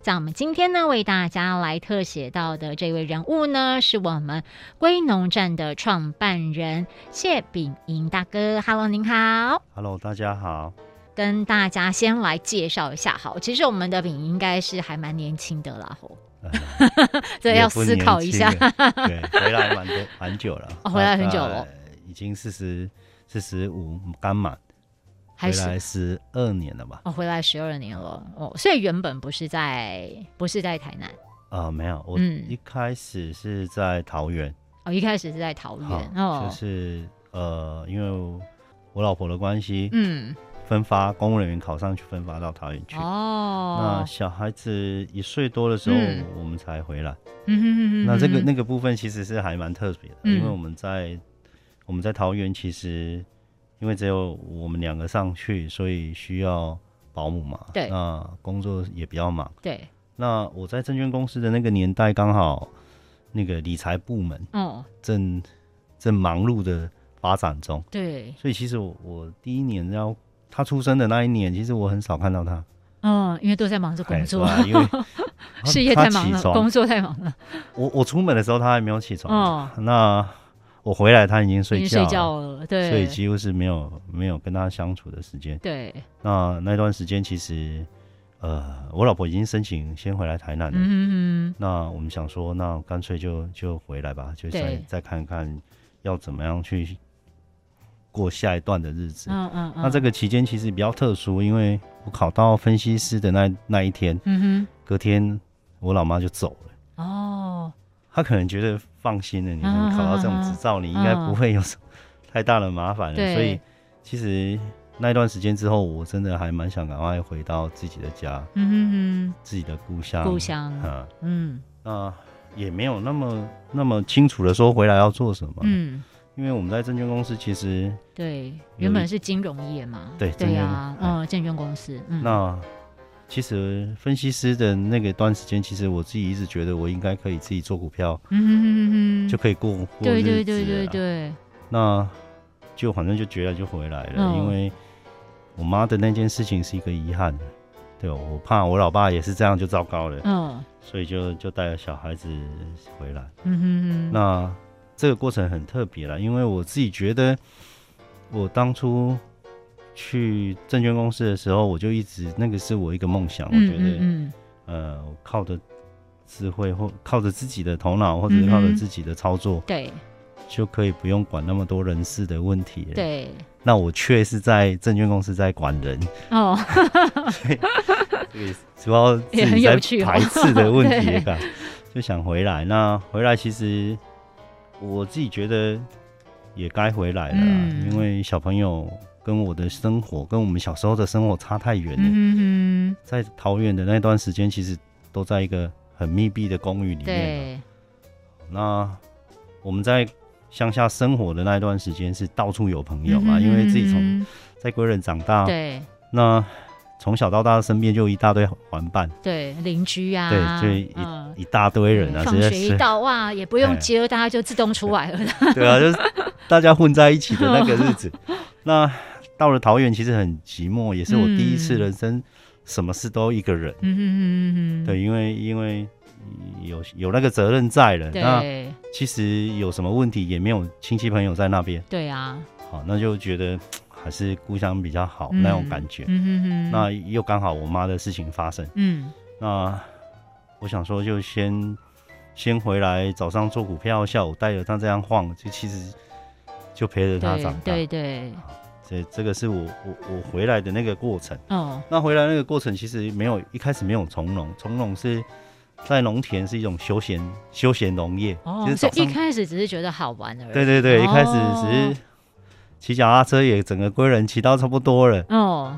在我们今天呢，为大家来特写到的这位人物呢，是我们归农站的创办人谢炳银大哥。Hello，您好， Hello，大家好。跟大家先来介绍一下。好，其实我们的炳银应该是还蛮年轻的啦， 吼，呃这也要不思考一下年。轻了 对，回来蛮多蛮久了，哦回来很久了大概已经四十四十五刚满，还回是来十二年了吧？哦，回来十二年了哦，所以原本不是在不是在台南啊、没有，我嗯一开始是在桃园，哦，一开始是在桃园好、哦，就是呃，因为我老婆的关系，嗯分发公务人员考上去，分发到桃园去。那哦，小孩子一岁多的时候，嗯我们才回来。嗯哼哼哼那这个哼那个部分其实是还蛮特别的，嗯因为我们在我们在桃园，其实因为只有我们两个上去，所以需要保姆嘛。对那工作也比较忙。对那我在证券公司的那个年代，刚好那个理财部门哦正正忙碌的发展中，对所以其实我我第一年要他出生的那一年，其实我很少看到他哦，因为都在忙着工哎作，对啊因为 他事业太他忙起了，床工作太忙 了，我我出门的时候他还没有起床，哦那我回来他已经已睡经觉了，睡觉了，对，所以几乎是没有没有跟他相处的时间。对，那那段时间其实，呃，我老婆已经申请先回来台南了。嗯哼那我们想说，那干脆就就回来吧，就再对再看看要怎么样去过下一段的日子。哼，嗯嗯，那这个个期间其实比较特殊，因为我考到分析师的那那一天，嗯隔天我老妈就走了。哼哦，他可能觉得放心了，你嗯能考到这种执照，你应该不会有什么太大的麻烦对了。所以其实那段时间之后，我真的还蛮想赶快回到自己的家、嗯自己的故哼乡。哼，故乡，啊，嗯那也没有那么那么清楚的说回来要做什么，嗯。因为我们在证券公司其实对，有原一本是金融业嘛，对对呀，证券嗯，证券公司，嗯，那。其实分析师的那个段时间，其实我自己一直觉得我应该可以自己做股票，嗯哼哼哼哼就可以过过对对日子对了对啦对，那就反正就决了就回来了，嗯因为我妈的那件事情是一个遗憾，对我怕我老爸也是这样就糟糕了，嗯所以就就带了小孩子回来。嗯哼哼，那这个过程很特别了，因为我自己觉得我当初去证券公司的时候，我就一直那个是我一个梦想，我嗯觉嗯得嗯，呃，我靠着智慧或靠着自己的头脑，或者是靠嗯着哼自己的操作，对就可以不用管那么多人事的问题了。对，那我却是在证券公司在管人，哦， 主要自也很己有在趣哦排斥的问 题对感，就想回来。那回来其实我自己觉得也该回来了啦，嗯因为小朋友跟我的生活跟我们小时候的生活差太远了。嗯哼在桃园的那段时间，其实都在一个很密闭的公寓里哼，面啊。对，那我们在乡下生活的那段时间，是到处有朋友嘛，嗯哼因为自己从啊嗯哼在归仁长大，对那从小到大身边就一大堆玩伴，对邻居啊，对就一嗯一大堆人啊，放接学一是，到哇，也不用哎接，大家就自动出来了。 对啊，就是大家混在一起的那个日 子。那到了桃园，其实很寂寞，也是我第一次嗯人生什么事都一个人。 嗯哼哼哼哼，对，因为因为有有那个责任在了，那对其实有什么问题也没有亲戚朋友在那边，对啊，好，那就觉得还是故乡比较好、那种感觉。嗯哼哼，那又刚好我妈的事情发生。嗯那我想说，就先先回来，早上做股票，下午带着他这样晃，就其实就陪着他长对大。对对，这这个是我我我回来的那个过程。哦那回来那个过程其实没有一开始没有从农，从农是在农田是一种休闲休闲农业，哦就，是所早以一上。开始只是觉得好玩而已。对对对，一开始只哦是骑脚踏车，也整个归人骑到差不多了。哦，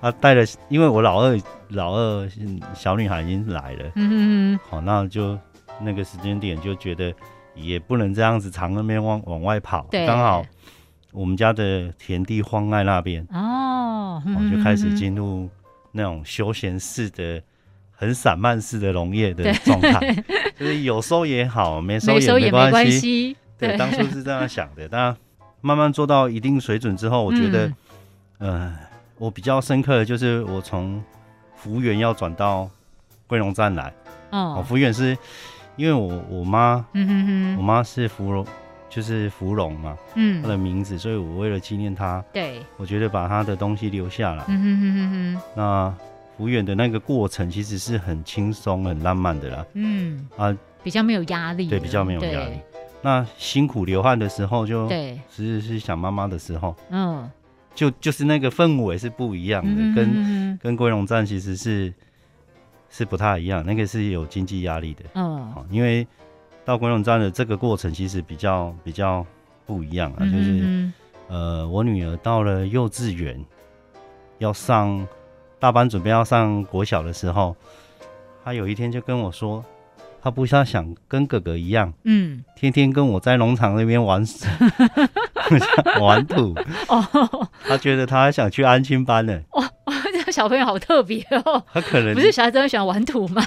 啊，带了，因为我老二老二嗯小女孩已经来了。嗯哼好，那就那个时间点就觉得也不能这样子常那边往往外跑，对刚好我们家的田地荒在那边，哼，哦，我、嗯就开始哼哼进入那种休闲式的。很散漫式的农业的 状态，就是有收也好，没收没收也没没关关。系。对对，当初是这样想的。但慢慢做到一定水准之后，我觉得嗯，呃，我比较深刻的就是我从服务员要转到龟龙站来。哦，哦，服务员是因为我我妈，嗯哼我哼，妈是芙蓉，就是芙蓉嘛，她嗯，的名字，所以我为了纪念她，对，我觉得把她的东西留下来。嗯哼哼哼哼，那服务员的那个过程其实是很轻松、很浪漫的啦。嗯，啊，比较没有压力了，对，比较没嗯有对压力。那辛苦流汗的时候就，对，是是想妈妈的时候，嗯，就就是那个氛围是不一样的，嗯跟哼哼跟龟龙站其实是是不太一样，那个是有经济压力的。哼哦，哦，因为到观众站的这个过程其实比较比较不一样啊，嗯就哼是哼呃，我女儿到了幼稚园，要上大班，准备要上国小的时候，她有一天就跟我说，她不像想跟哥哥一样，嗯，天天跟我在农场那边玩水 玩土，哦，她觉得她想去安亲班呢，嗯 这个小朋友好特别哦。她可能不是小孩子很喜欢玩土吗？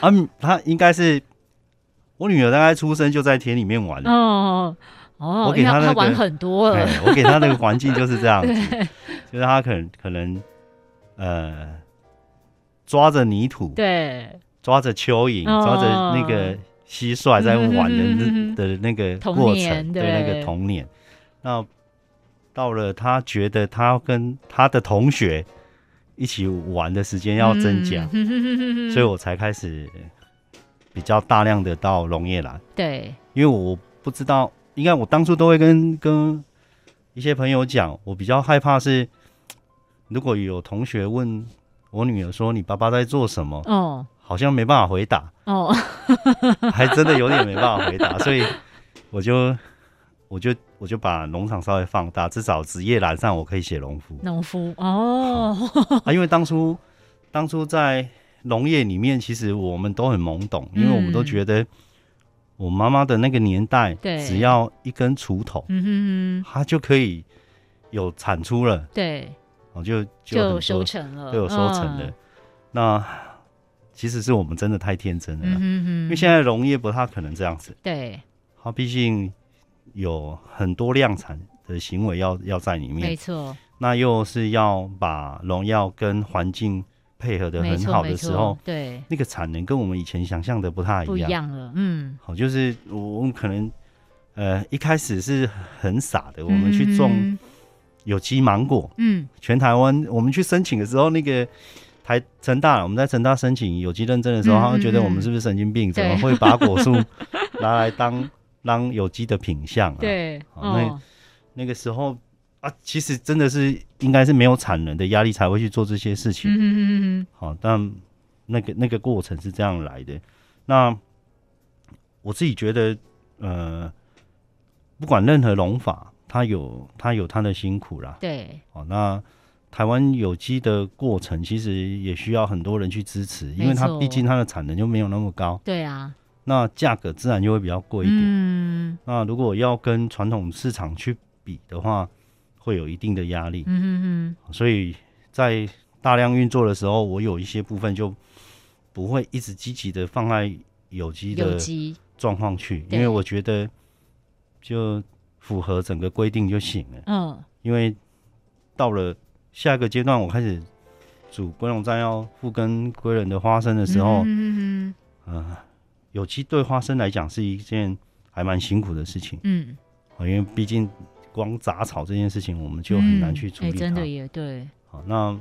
啊，她应该是。我女儿大概出生就在田里面玩，哦哦，嗯我给因为他那他个玩很多了， 哎，我给他那个环境就是这样子，就是他可能可能呃抓着泥土，对，抓着蚯蚓，哦抓着那个蟋蟀在玩的嗯哼那哼的 那个童过年程，对对那个童年。那到了他觉得他跟他的同学一起玩的时间要增加，嗯所以我才开始比较大量的到农业来。对，因为我不知道，应该我当初都会跟跟一些朋友讲，我比较害怕是，如果有同学问我女儿说你爸爸在做什么，哦好像没办法回答，哦，还真的有点没办法回答，所以我就我就我就把农场稍微放大，至少职业栏上我可以写农 夫农夫哦，啊，因为当初当初在农业里面，其实我们都很懵懂，因为我们都嗯觉得。我妈妈的那个年代，对只要一根锄头，嗯哼它就可以有产出了，哼，对，哦，就就很就多收成了，都有收成的。嗯那其实是我们真的太天真了啦，嗯哼哼，因为现在农业不太可能这样子，对，它毕竟有很多量产的行为要要在里没面，错，那又是要把农药跟环境配合的没很错，好没的时错候，，对，那个产能跟我们以前想象的不太不一一样。样了，嗯，好，就是我我们可能呃一开始是很傻的，我们去种嗯哼有机芒果，嗯，全台湾我们去申请的时候，那个台成大，我们在成大申请有机认证的时候，嗯他们觉得嗯我们是不是神经病？对怎么会把果树拿来当当有机的品相、啊？，嗯对，好那哦，那个时候啊，其实真的是应该是没有产能的压力才会去做这些事嗯情。哼哼哼好、但那个那个过程是这样来的。那我自己觉得，呃，不管任何农法，它有它有它的辛苦啦哼，。对，哦，那台湾有机的过程其实也需要很多人去支持，因为没它错毕竟它的产能就没有那么高，对啊，那价格自然就会比较贵一点。嗯那如果要跟传统市场去比的话，会有一定的压力。嗯哼所以在大量运作的时候，我有一些部分就不会一直积极的放在有哼，机有的机，状况去，对因为我觉得就符合整个规定就行了。嗯，因为到了下一个阶段，我开始煮龟龙蘸要复耕龟人的花生的时候，嗯哼呃，有机对花生来讲是一件还蛮辛苦的事情哼哼嗯，啊，因为毕竟光杂草这件事情，我们就很难嗯去处哎理它。真的也对，好，那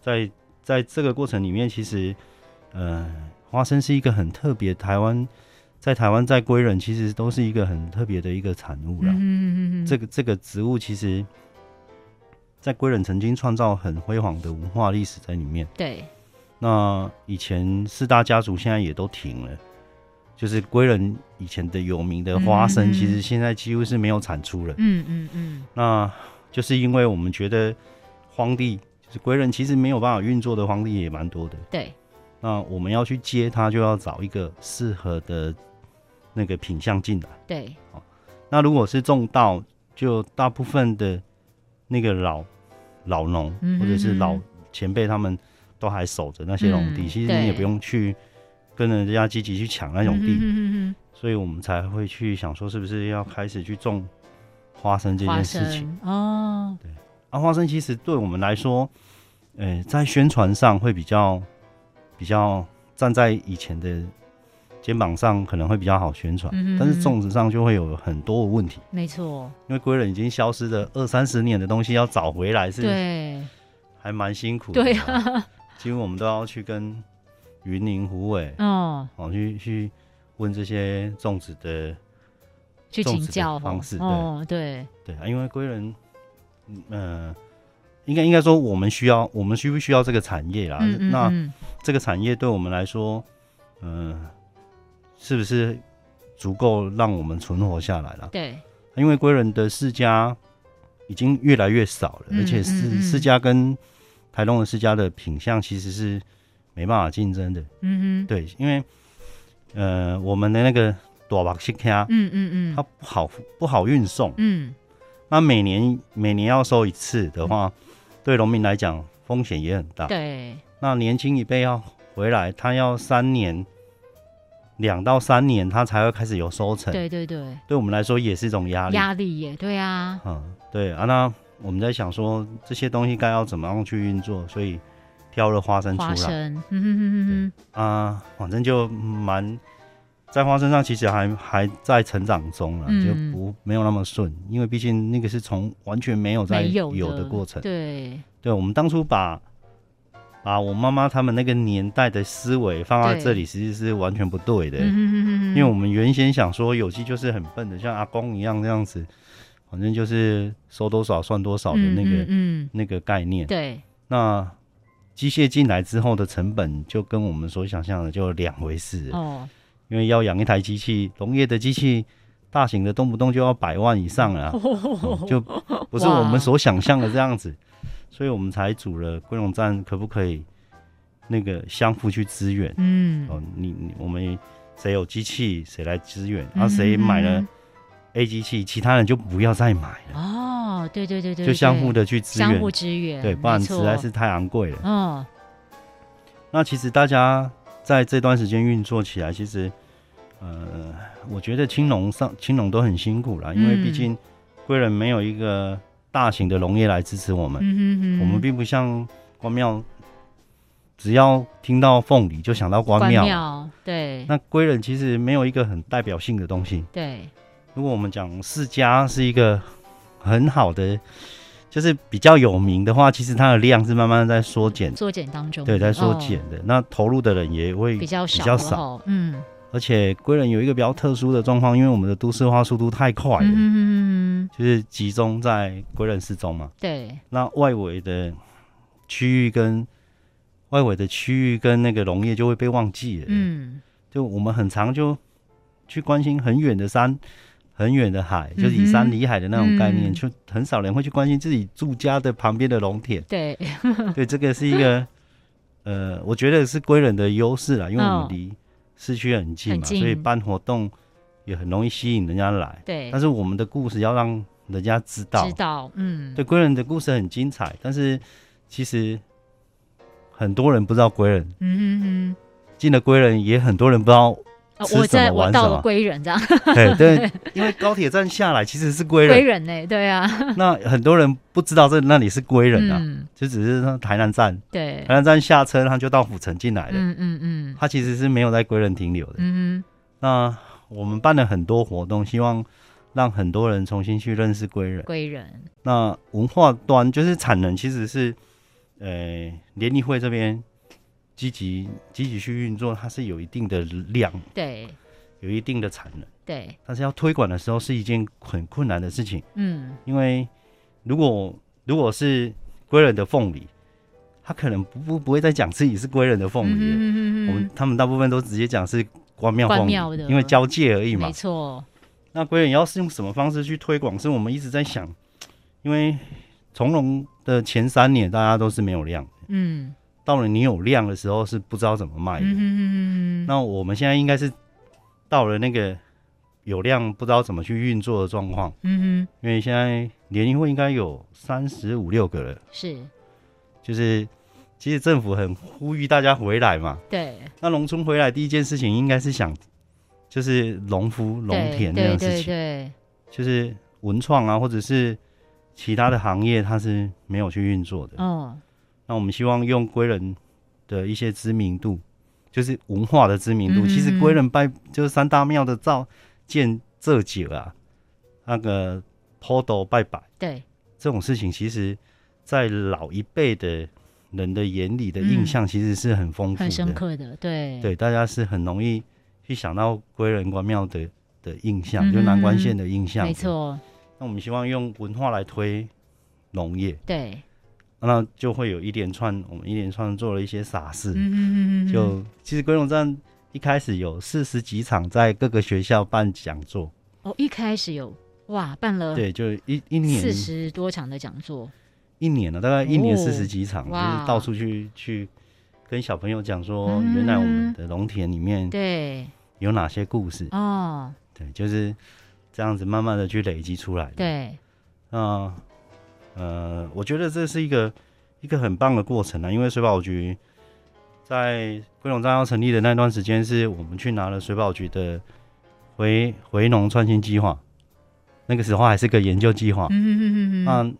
在在这个过程里面，其实呃，花生是一个很特别，台湾在台湾在龟人其实都是一个很特别的一个产物啦。嗯嗯嗯这个这个植物其实，在归人曾经创造很辉煌的文化历史在里面。对，那以前四大家族现在也都停了，就是归人以前的有名的花嗯嗯生，嗯其实现在几乎是没有产出了。嗯嗯嗯，那就是因为我们觉得荒地就是归人其实没有办法运作的荒地也蛮多的，对，那我们要去接它，就要找一个适合的那个品相进来。对，那如果是种稻，就大部分的那个老老农嗯哼或者是老前辈他们都还守着那些农地，嗯其实对你也不用去跟人家积极去抢那种地，嗯嗯嗯所以我们才会去想说是不是要开始去种花生这嗯花件事情。生哦，啊，花生其实对我们来说，呃，在宣传上会比较比较站在以前的肩膀上可能会比较好宣传，嗯哼但是种植上就会有很多的问题，没错，因为龟人已经消失了二三十年的东西要找回来是对还蛮辛苦的、对，啊，几乎我们都要去跟云林、虎尾哦，哦去去问这些种植的去种请植的教方哦式哦，对，对啊，因为归人，嗯呃，应该应该说我们需要，我们需不需要这个产业啦？嗯嗯啊那嗯这个产业对我们来说，嗯、是不是足够让我们存活下来了？对，因为归人的世家已经越来越少了，嗯而且世、嗯嗯世家跟台东的世家的品相其实是没办法竞争的。嗯哼，对，因为呃，我们的那个朵巴西卡，嗯嗯它嗯，不好不好运送。嗯，那每年每年要收一次的话，对农民来讲风险也很大。对，那年轻一辈要回来，他要三年，两到三年他才会开始有收成。，对对对，我们来说也是一种压力。压力也对啊，嗯，对啊。那我们在想说这些东西该要怎么样去运作，所以挑了花生出花来生，嗯哼哼哼哼，啊，反正就蛮。在花生上其实还还在成长中了，嗯就不没有那么顺，因为毕竟那个是从完全没有在没有有的过程。对，对，我们当初把把我妈妈他们那个年代的思维放在对这里，其实是完全不对的。嗯哼哼哼哼，因为我们原先想说有机就是很笨的，像阿公一样那样子，反正就是收多少算多少的那个、嗯嗯，嗯那个概念。对，那机械进来之后的成本就跟我们所想象的就两回事了，哦，因为要养一台机器，农业的机器。大型的动不动就要百万以上了啊、哦就不是我们所想象的这样子，所以我们才组了龟龙站，可不可以那个相互去支援？嗯，哦，你你我们谁有机器谁来支援，嗯啊，谁买了 A 机器，其他人就不要再买了，哦，对对对对，就相互的的去支相援互，支援，对，不然没错实在是太昂贵了。哦，那其实大家在这段时间运作起来，其实呃，我觉得青农上青农都很辛苦啦，因为毕嗯竟贵人没有一个大型的农业来支持我们。嗯哼哼，我们并不像关庙，只要听到凤梨就想到关关庙。庙，对，那归人其实没有一个很代表性的东西。对，如果我们讲世家是一个很好的，就是比较有名的话，其实它的量是慢慢在缩减，缩减当中，对，在缩哦减的。那投入的人也会比，较比少，较了少吼嗯，而且归人有一个比较特殊的状况，因为我们的都市化速度太快嗯了，哼哼哼，就是集中在归人市中嘛。对，那外围的区域跟外围的区域跟那个农业就会被忘记了。，嗯，就我们很常就去关心很远的山、很远的海，就是以嗯山哼离海的那种概念，嗯。就很少人会去关心自己住家的旁边的农田 对，对，这个是一个呃，我觉得是归人的优势啦，因为我哦们离市区很近很嘛，近所以办活动也很容易吸引人家来。对，但是我们的故事要让人家知道，知道，嗯，对，归人的故事很精彩，但是其实很多人不知道归人，嗯进了归人也很多人不知道。哼哼，啊吃我什在么我玩到什了么归人这样， 对对，哎因为高铁站下来其实是归归人，人呢，对啊，那很多人不知道这那里是归人啊，嗯，就只是说台南站，对台，南站下车他就到府城进来了，嗯嗯嗯他其实是没有在归人停留的。嗯那我们办了很多活动，希望让很多人重新去认识归人哼，。归人，那文化端就是产能，其实是呃联谊会这边积极积极去运作，它是有一定的量，对有一定的产能，对，但是要推广的时候是一件很困难的事情，嗯，因为如果如果是归人的凤梨，他可能不不不会再讲自己是归人的凤梨了，嗯我们他们大部分都直接讲是关庙凤梨关庙的，因为交界而已嘛没，错，那归人要是用什么方式去推广？是我们一直在想，因为从容的前三年大家都是没有量，嗯到了你有量的时候是不知道怎么卖嗯的。哼哼哼嗯哼，那我们现在应该是到了那个有量不知道怎么去运作的状况，嗯因为现在联谊会应该有三十五六个了哼，，是就是其实政府很呼吁大家回来嘛。对，那农村回来第一件事情应该是想，就是农夫农对田那对种事对情。对，就是文创啊，或者是其他的行业，它是嗯没有去运作的。哦，那我们希望用归人的一些知名度，就是文化的知名度。嗯其实归人拜就是三大庙的造建这酒啊，那个坡斗拜拜对，这种事情，其实，在老一辈的人的眼里的印象，其实是很丰富很深的。刻的，对，对，大家是很容易去想到归人关庙的的印象，嗯就南关县的印象。没。错，那我们希望用文化来推农业，对，那就会有一连串，我们一连串做了一些傻事。嗯嗯嗯嗯，就其实归龙站一开始有四十几场在各个学校办讲座，哦，一开始有哇，办了对，就一一年四十多场的讲座，一年了，大概一年哦四十几场，就哇是到处去去跟小朋友讲说，嗯原来我们的农田里面对，有哪些故事，哦，对，就是这样子慢慢的去累积出来的。，对，那呃，我觉得这是一个一个很棒的过程啊，因为水保局在龟龙站要成立的那段时间，是我们去拿了水保局的回回农创新计划，那个时候还是个研究计划。嗯嗯嗯嗯嗯，那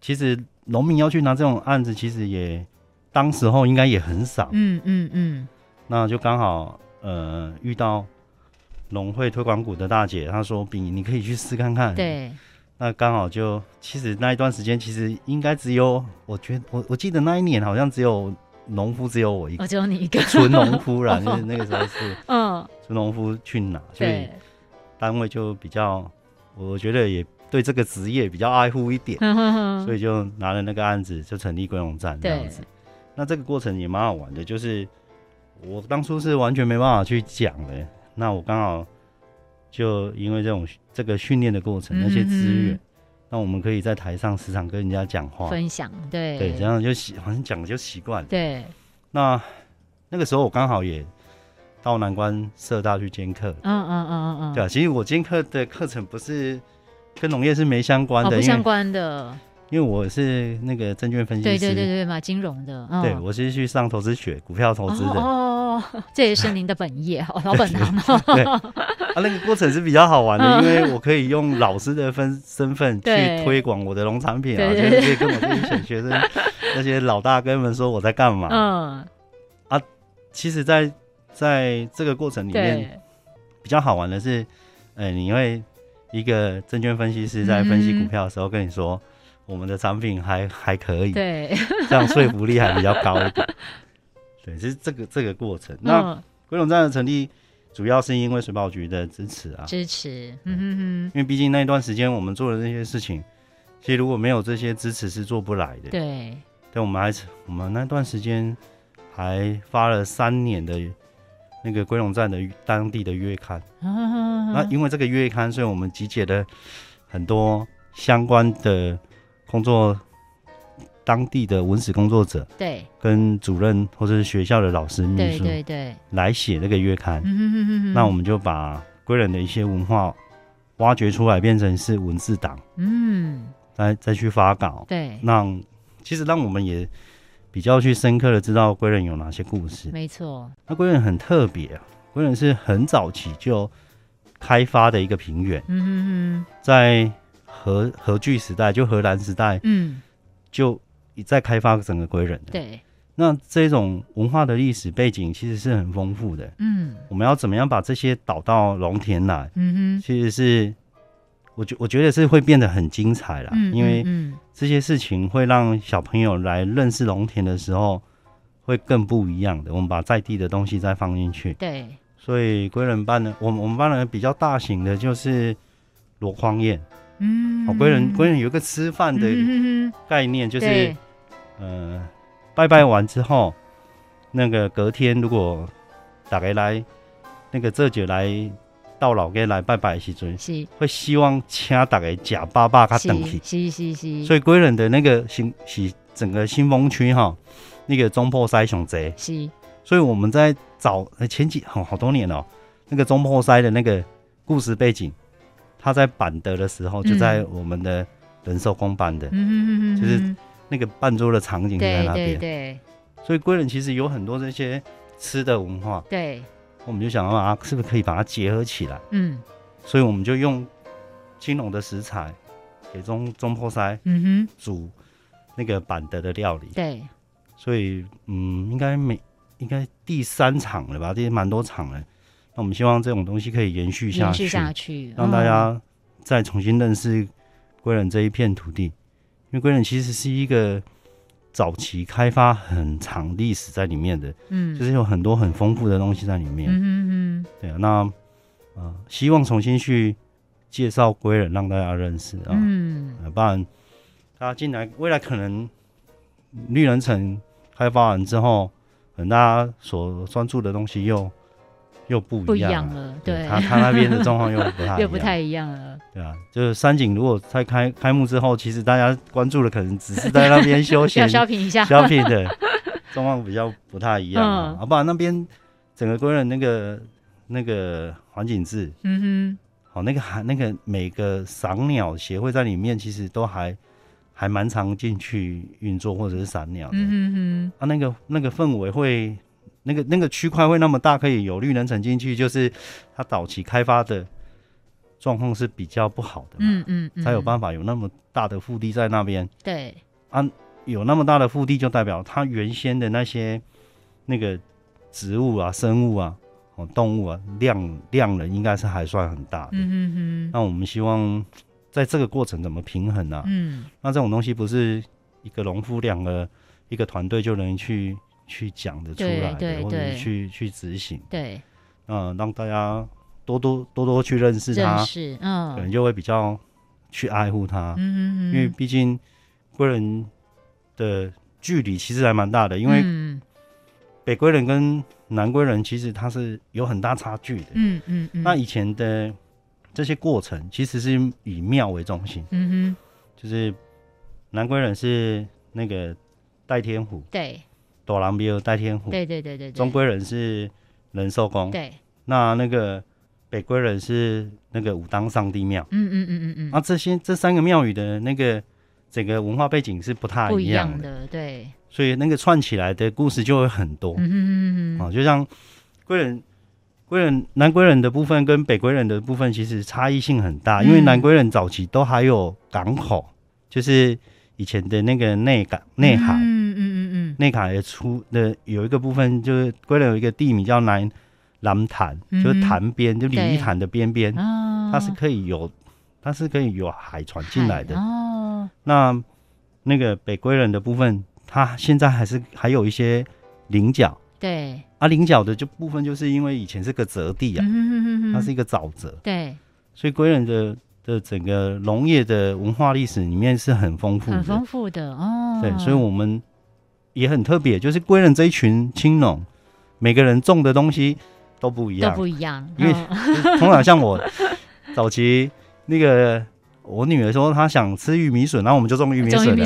其实农民要去拿这种案子，其实也当时候应该也很少，嗯嗯嗯，那就刚好呃遇到。农会推广股的大姐，她说：“饼，你可以去试看嗯看。”对，那刚好就，其实那一段时间，其实应该只有，我觉得我我记得那一年好像只有农夫只有我 一个哦我只有你一个，纯农 夫啦，就是那个时候是嗯，纯农夫去哪，所以对，单位就比较，我觉得也对这个职业比较爱护一点，所所以以就拿了那个案子就成立龟龙站这样嗯对子。那这个过程也蛮好玩的，就是我当初是完全没办法去讲的，那我刚好就因为这种这个训练的过程，那些资嗯源，嗯那我们可以在台上时常跟人家讲话，分享，对，哦对，这样就习好像讲的就习惯了。对，那那个时候我刚好也到南关社大去兼课，嗯嗯嗯嗯对嗯，啊，其实我兼课的课程不是跟农业是没相关哦，的，不因相为关的，因为我是那个证券分析对师，对对对嘛，金融的，嗯对，我是去上投资学股票投资的、哦哦哦， 这也是您的本业哦，老本行对哦，啊，那个过程是比较好玩的，嗯因为我可以用老师的分身份对去推广我的农产品啊，就对是对可以跟我这些小学生、那些老大哥们说我在干嘛。啊嗯，其实在，在这个过程里面，对，比较好玩的是，呃，你会一个证券分析师在分嗯析股票的时候跟你说，我们的产品还还可以，对，这样说服力还比较高一点。 对，就是这个这个过程。那嗯龟龙站的成立，主要是因为水保局的支持啊，支持，嗯哼因为毕竟那一段时间我们做的那些事情，其实如果没有这些支持是做不来哼，，的。对，但我们还是我们那段时间还发了三年的那个龟龙站的当地的月刊。嗯那那因为这个月刊，所以我们集结了很多相关的工作，当地的文史工作者对跟主任或者是学校的老师秘对书对对，来写这个月刊。嗯哼哼哼哼，那我们就把归人的一些文化挖掘出来，变成是文字档，嗯，再再去发稿，对，让其实让我们也比较去深刻的知道归人有哪些故事。没错，那归人很特别啊，归人是很早期就开发的一个平原，嗯哼哼，在荷荷据时代，就荷兰时代嗯，就已在开发整个归人的。对，那这种文化的历史背景其实是很丰富的。嗯我们要怎么样把这些导到农田来？嗯哼，其实是我觉我觉得是会变得很精彩啦，嗯，啊因为嗯嗯这些事情会让小朋友来认识农田的时候会更不一样的。我们把在地的东西再放进去，对，所以归人办的，我们我们办的比较大型的就是箩筐宴。嗯，哦，归人归人有一个吃饭的嗯哼哼概念，就是对呃拜拜完之后，那个隔天如果打开来，那个这就来到老家来拜拜的时阵，是会希望请大家假爸爸他等是是去，是是，所以归仁的那个新是整个新丰区哈，那个中破塞熊贼，是所以我们在找呃前几好好多年哦、那个中破塞的那个故事背景，他在板德的时候嗯就在我们的人寿公办的、嗯哼哼哼，就是哼那个半桌的场景就在对那对边，对所以归仁其实有很多这些吃的文化，对，我们就想啊，是不是可以把它结合起来？嗯所以我们就用青龙的食材给中中破塞嗯哼，煮那个板德的料理，对，所以嗯，应该每应该第三场了吧，这些蛮多场了。那我们希望这种东西可以延续下延去，续下去，让大嗯家再重新认识归仁这一片土地，因为归仁其实是一个早期开发很长历史在里面的，嗯，就是有很多很丰富的东西在里面。嗯嗯对啊，那呃，希望重新去介绍归仁，让大家认识啊。嗯呃，不然他进来未来可能绿能城开发完之后，可能大家所专注的东西又又不嗯，不一一样样了。了，对，他他那边的状况又不太 又不一样太一样了，对啊，就是山景如果在开开幕之后，其实大家关注的可能只是在那边 休要闲消平一下，消费的 状况比较不太一样啊嗯，啊不然那边整个归仁那个那个环境制，嗯好、那个还那个每个赏鸟协会在里面其实都还还蛮常进去运作或者是赏鸟哼，的、嗯哼啊，那个那个氛围会。那个那个区块会那么大，可以有绿能城进去，就是它早期开发的状况是比较不好的哼，嘛，嗯嗯嗯，才有办法有那么大的腹地在那边。对，有那么大的腹地，就代表它原先的那些那个植物啊、生物啊、哦动物啊，量量能应该是还算很大的。嗯哼那我们希望在这个过程怎么平衡啊？哼，嗯那这种东西不是一个农夫两个一个团队就能去去讲得出来的，对对或者对是去去执行，对，嗯、让大家多多多多去认识它认，识，嗯可能就会比较去爱护它。嗯因为毕竟归仁的距离其实还蛮大的，因为嗯北归仁跟南归仁其实它是有很大差距的。嗯嗯嗯，那以前的这些过程其实是以庙为中心，嗯哼就是南归仁是那个戴天虎，对朵郎比尔戴天虎，对对对对，中归仁是仁寿宫，对，那那个北归仁是那个武当上帝庙。嗯嗯嗯嗯那、嗯，这些这三个庙宇的那个整个文化背景是不太不一一样样的。的，对，所以那个串起来的故事就会很多啊、嗯哼嗯哼，就像归人、归人南归人的部分跟北归人的部分其实差异性很大，嗯因为南归人早期都还有港口，就是以前的那个内港、内海、嗯嗯嗯内海的出的有一个部分，就是归人有一个地名叫南南潭，就是嗯哼潭边，就鲤对鱼潭的边边嗯，，啊，它是可以有，它是可以有海船进来的。哦，那那个北归人的部分，它现在还是还有一些菱角对，啊，菱角的就部分就是因为以前是个泽地啊，嗯它是一个沼泽，对，所以归人的的整个农业的文化历史里面是很丰富很的丰，富的哦，对，所以我们也很特别，就是归人这一群青农，每个人种的东西都不一都样，不一样，因为嗯 通常像我早期那个。我女儿说她想吃玉米笋，然后我们就种玉 米终于笋了米。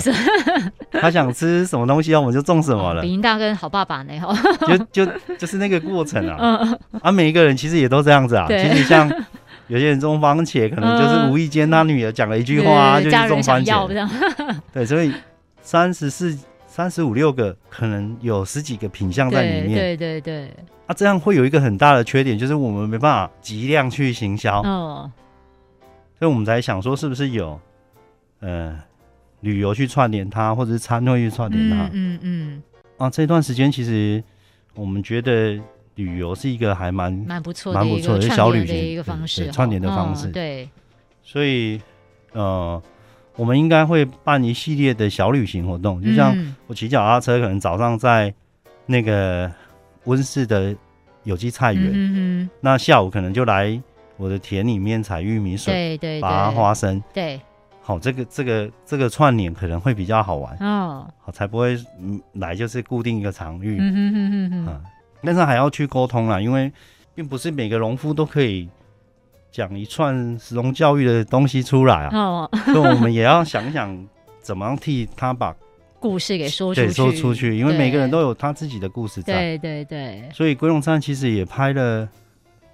什她想吃什么东西，然后我们就种什么了比。银大跟好爸爸呢？哦哈，就就就是那个过程 嗯啊。 啊，每一个人其实也都这样子啊。对其实像有些人种番 茄，可能就是嗯无意间他女儿讲了一句话啊，就对对对去家种人想番要这茄。样， 对，所以三十四、三十五六个，可能有十几个品相在里对面。对对对，啊，这样会有一个很大的缺点，就是我们没办法极量去行销，哦，所以我们才想说，是不是有呃旅游去串联它，或者是餐会去串联它。嗯嗯嗯，啊，这段时间其实我们觉得旅游是一个还蛮蛮不错的蛮不一错个的串小联旅的行一个对方式对哈，串联的方嗯式对，所以呃，我们应该会办一系列的小旅行活动，就像嗯我骑脚踏车，可能早上在那个温室的有机菜园，嗯嗯嗯，那下午可能就来我的田里面采玉米笋、对对拔对，花生。对，好、这个这个这个串联可能会比较好玩，哦，好才不会嗯来就是固定一个场域。嗯哼哼哼哼，啊，但是还要去沟通啦，因为并不是每个农夫都可以讲一串石农教育的东西出来啊，哦， 所以我们也要想一想怎么样替他把故事给说对出说出去，因为每个人对都有他自己的故事在。对对对，所以龟龙山其实也拍了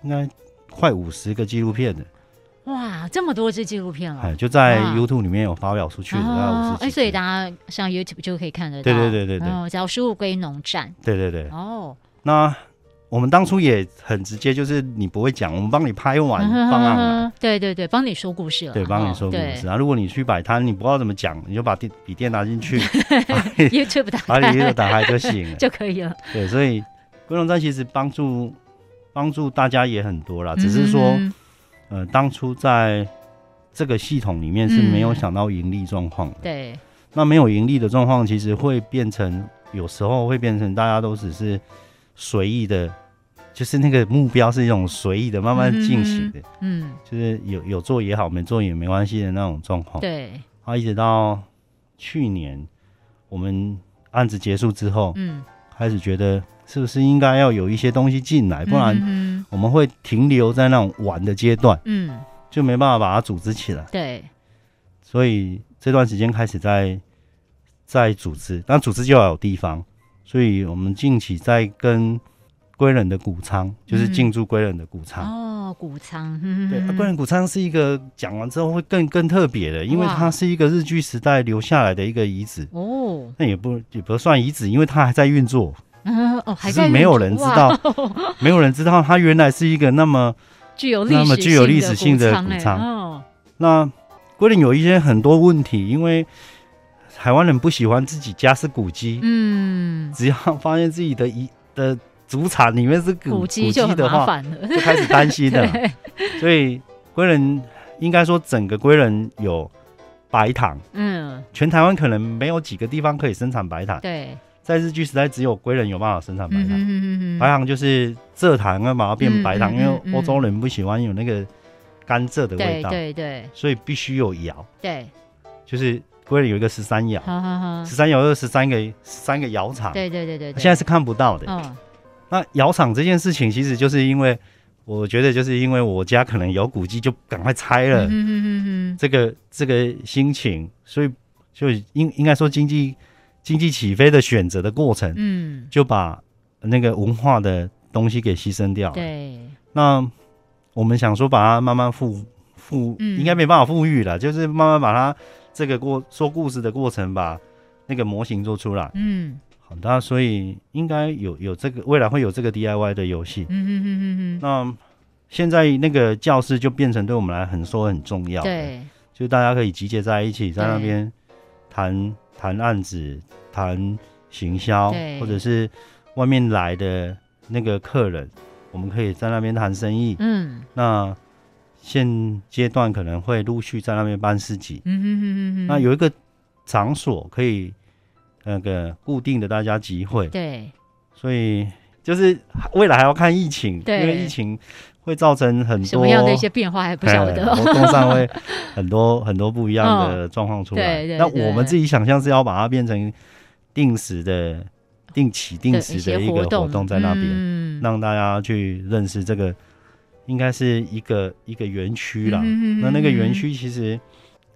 应该快五十个纪录片的，哇，这么多支纪录片啊哎，了。就在哦哇 YouTube 里面有发表出去的，大哦，概哎，五十所以几大个。家上 YouTube 就可以看得到。对对对对对哦，只要输入“归农站对对”，对，哦，那我们当初也很直接，就是你不会讲，我们帮你拍 完放上来。嗯对对对，帮你说故事了，哦对，帮你说故事啊。如果你去摆摊，你不知道怎么讲，你就把电笔电拿进去， 对，YouTube 打把你开又打开就行 。了就可以了。对，所以龟龙站其实帮助帮助大家也很多啦，啊只是说、嗯呃当初在这个系统里面是没有想到盈利状况的。对，那没有盈利的状况，其实会变成有时候会变成大家都只是随意的，就是那个目标是一种随意的慢慢进行的，嗯，就是有有做也好，没做也没关系的那种状况。对，啊，一直到去年我们案子结束之后，嗯，开始觉得是不是应该要有一些东西进来，不然嗯我们会停留在那种玩的阶段，嗯，嗯就没办法把它组织起来。对，所以这段时间开始在在组织，那组织就要有地方，所以我们近期在跟归人的谷仓，就是进驻归人的谷仓。哦，谷仓，嗯对，啊、归人谷仓是一个讲完之后会更更特别的，因为哇它是一个日据时代留下来的一个遗址，哦， 那也不也不算遗址，因为它还在运作，嗯，哦，只还是在没运有作人知哇道， 没有人知道它原来是一个那么具有历那么史具有历的史性谷的仓谷哎仓哦，那归零有一些很多问题，因为台湾人不喜欢自己家是古迹，嗯，只要发现自己的遗的祖产里面是古古迹就很的麻话，烦了，就开始担心了。 对，所以归人应该说整个归人有白糖，嗯，全台湾可能没有几个地方可以生产白糖， 对，在日据时代只有归人有办法生产白嗯糖。嗯嗯嗯白糖就是蔗糖啊要把它变白糖，嗯嗯嗯因为欧洲人不喜欢有那个甘蔗的味对道，对对所以必须有窑，对，就是归人有一个十三窑。好好好，十三窑有十三个十三个窑厂，对对对对对，现在是看不到的。哦，那窑厂这件事情，其实就是因为我觉得，就是因为我家可能有古迹，就赶快拆了，嗯嗯嗯嗯这个这个心情，所以就应应该说经济经济起飞的选择的过程，嗯，就把那个文化的东西给牺牲掉嗯了。对，那我们想说把它慢慢复复，嗯应该没办法复育了，就是慢慢把它这个过说故事的过程，把那个模型做出来。嗯好，那所以应该有有这个未来会有这个 DIY 的游戏嗯。嗯嗯嗯嗯，那现在那个教室就变成对我们来很说很重要，，对，就大家可以集结在一起，在那边谈谈案子、谈行销对，或者是外面来的那个客人，我们可以在那边谈生意。嗯那现阶段可能会陆续在那边办市集嗯，嗯嗯嗯嗯，那有一个场所可以那个固定的大家集会，对所以就是未来还要看疫情，对因为疫情会造成很多什么样的一些变化还不晓得哎，活动 上会很多很多不一样的状况出来。哦对对那对我们自己想象是要把它变成定时的、定期、定时的一一些个活动在那边，嗯，让大家去认识这个，应该是一个一个园区啦。嗯嗯嗯那那个园嗯区其实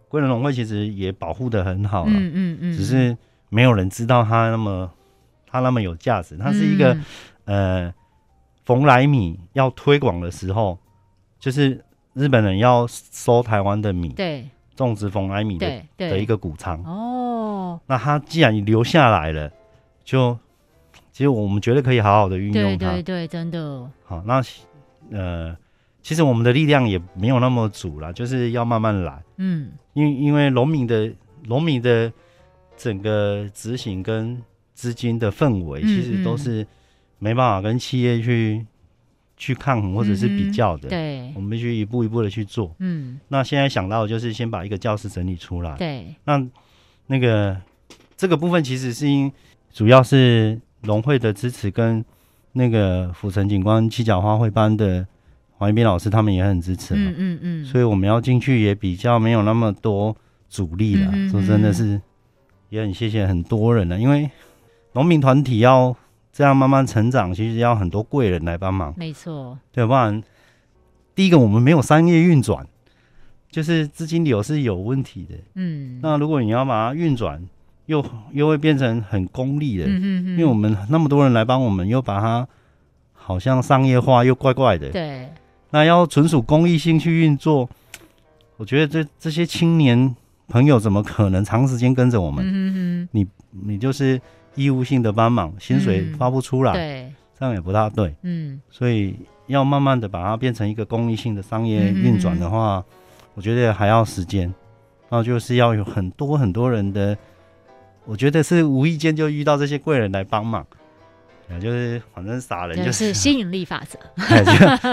归仁龙会其实也保护的很好了，啊嗯嗯嗯，只是没有人知道它那么它那么有价值，它是一个、嗯呃，冯莱米要推广的时候，就是日本人要收台湾的米，对种植冯莱米的对对的一个谷仓。哦，那它既然留下来了，就其实我们觉得可以好好的运对用它。对对，真的，好，那呃，其实我们的力量也没有那么足啦，就是要慢慢来，嗯。因为因为农民的农民的整个执行跟资金的氛围，嗯其实都是没办法跟企业去去抗衡或者是比较的。嗯对我，们必须一步一步的去做。嗯，那现在想到的就是先把一个教室整理出来。对，那那个这个部分其实是因主要是农会的支持跟那个府城景观七角花卉班的黄一斌老师他们也很支持嘛。嗯嗯嗯，所以我们要进去也比较没有那么多阻力了。嗯嗯嗯说真的是，也很谢谢很多人了，啊因为农民团体要这样慢慢成长，其实要很多贵人来帮忙，没错，对，不然第一个我们没有商业运转，就是资金流是有问题的。嗯，那如果你要把它运转，又又会变成很功利的，嗯嗯嗯，因为我们那么多人来帮我们，又把它好像商业化又怪怪的。对那要纯属公益性去运作，我觉得这这些青年朋友怎么可能长时间跟着我们？嗯嗯你就是义务性的帮忙，薪水嗯发不出来，嗯，对，这样也不大对。嗯所以要慢慢的把它变成一个公益性的商业嗯嗯运转的话，我觉得还要时间。那就是要有很多很多人的，我觉得是无意间就遇到这些贵人来帮忙，啊就是反正傻人就就 是 吸引力法则，哎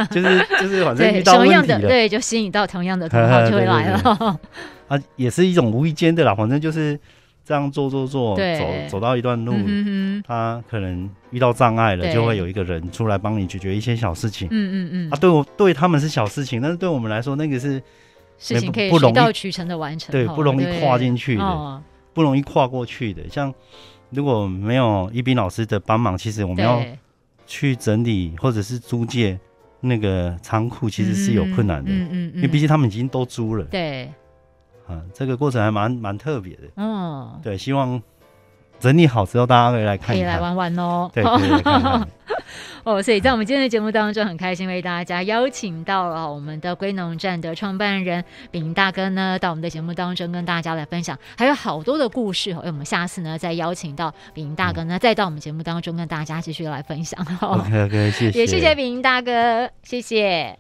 就就是就是反正遇对，到同问样题的了对，就吸引到同 样的同好就会来了。啊，也是一种无意间的啦，反正就是这样做做做，对走走到一段路，嗯哼哼他可能遇到障碍了，对就会有一个人出来帮你解决一些小事情。嗯嗯啊，嗯，对我对他们是小事情，但是对我们来说，那个是事情可以不容水易到渠成的完成，对哦不容易跨进去的哦，不容易跨过去的。像如果没有一斌老师的帮忙，其实我们要对，去整理或者是租借那个仓库，其实是有困难的，嗯嗯嗯，因为毕竟他们已经都租了对，啊。这个过程还蛮蛮特别的，哦，对，希望整理好之后，大家可以来可看一以来看，玩玩哦。对，可以来看看。哦，所以在我们今天的节目当中，很开心为大家邀请到了我们的归农站的创办人秉莹大哥呢，到我们的节目当中跟大家来分享，还有好多的故事哦。哎我们下次呢再邀请到秉莹大哥呢，再到我们 节目当中跟大家继续来分享哦。 OK 嗯 OK，谢谢，也谢谢秉莹大哥，谢谢。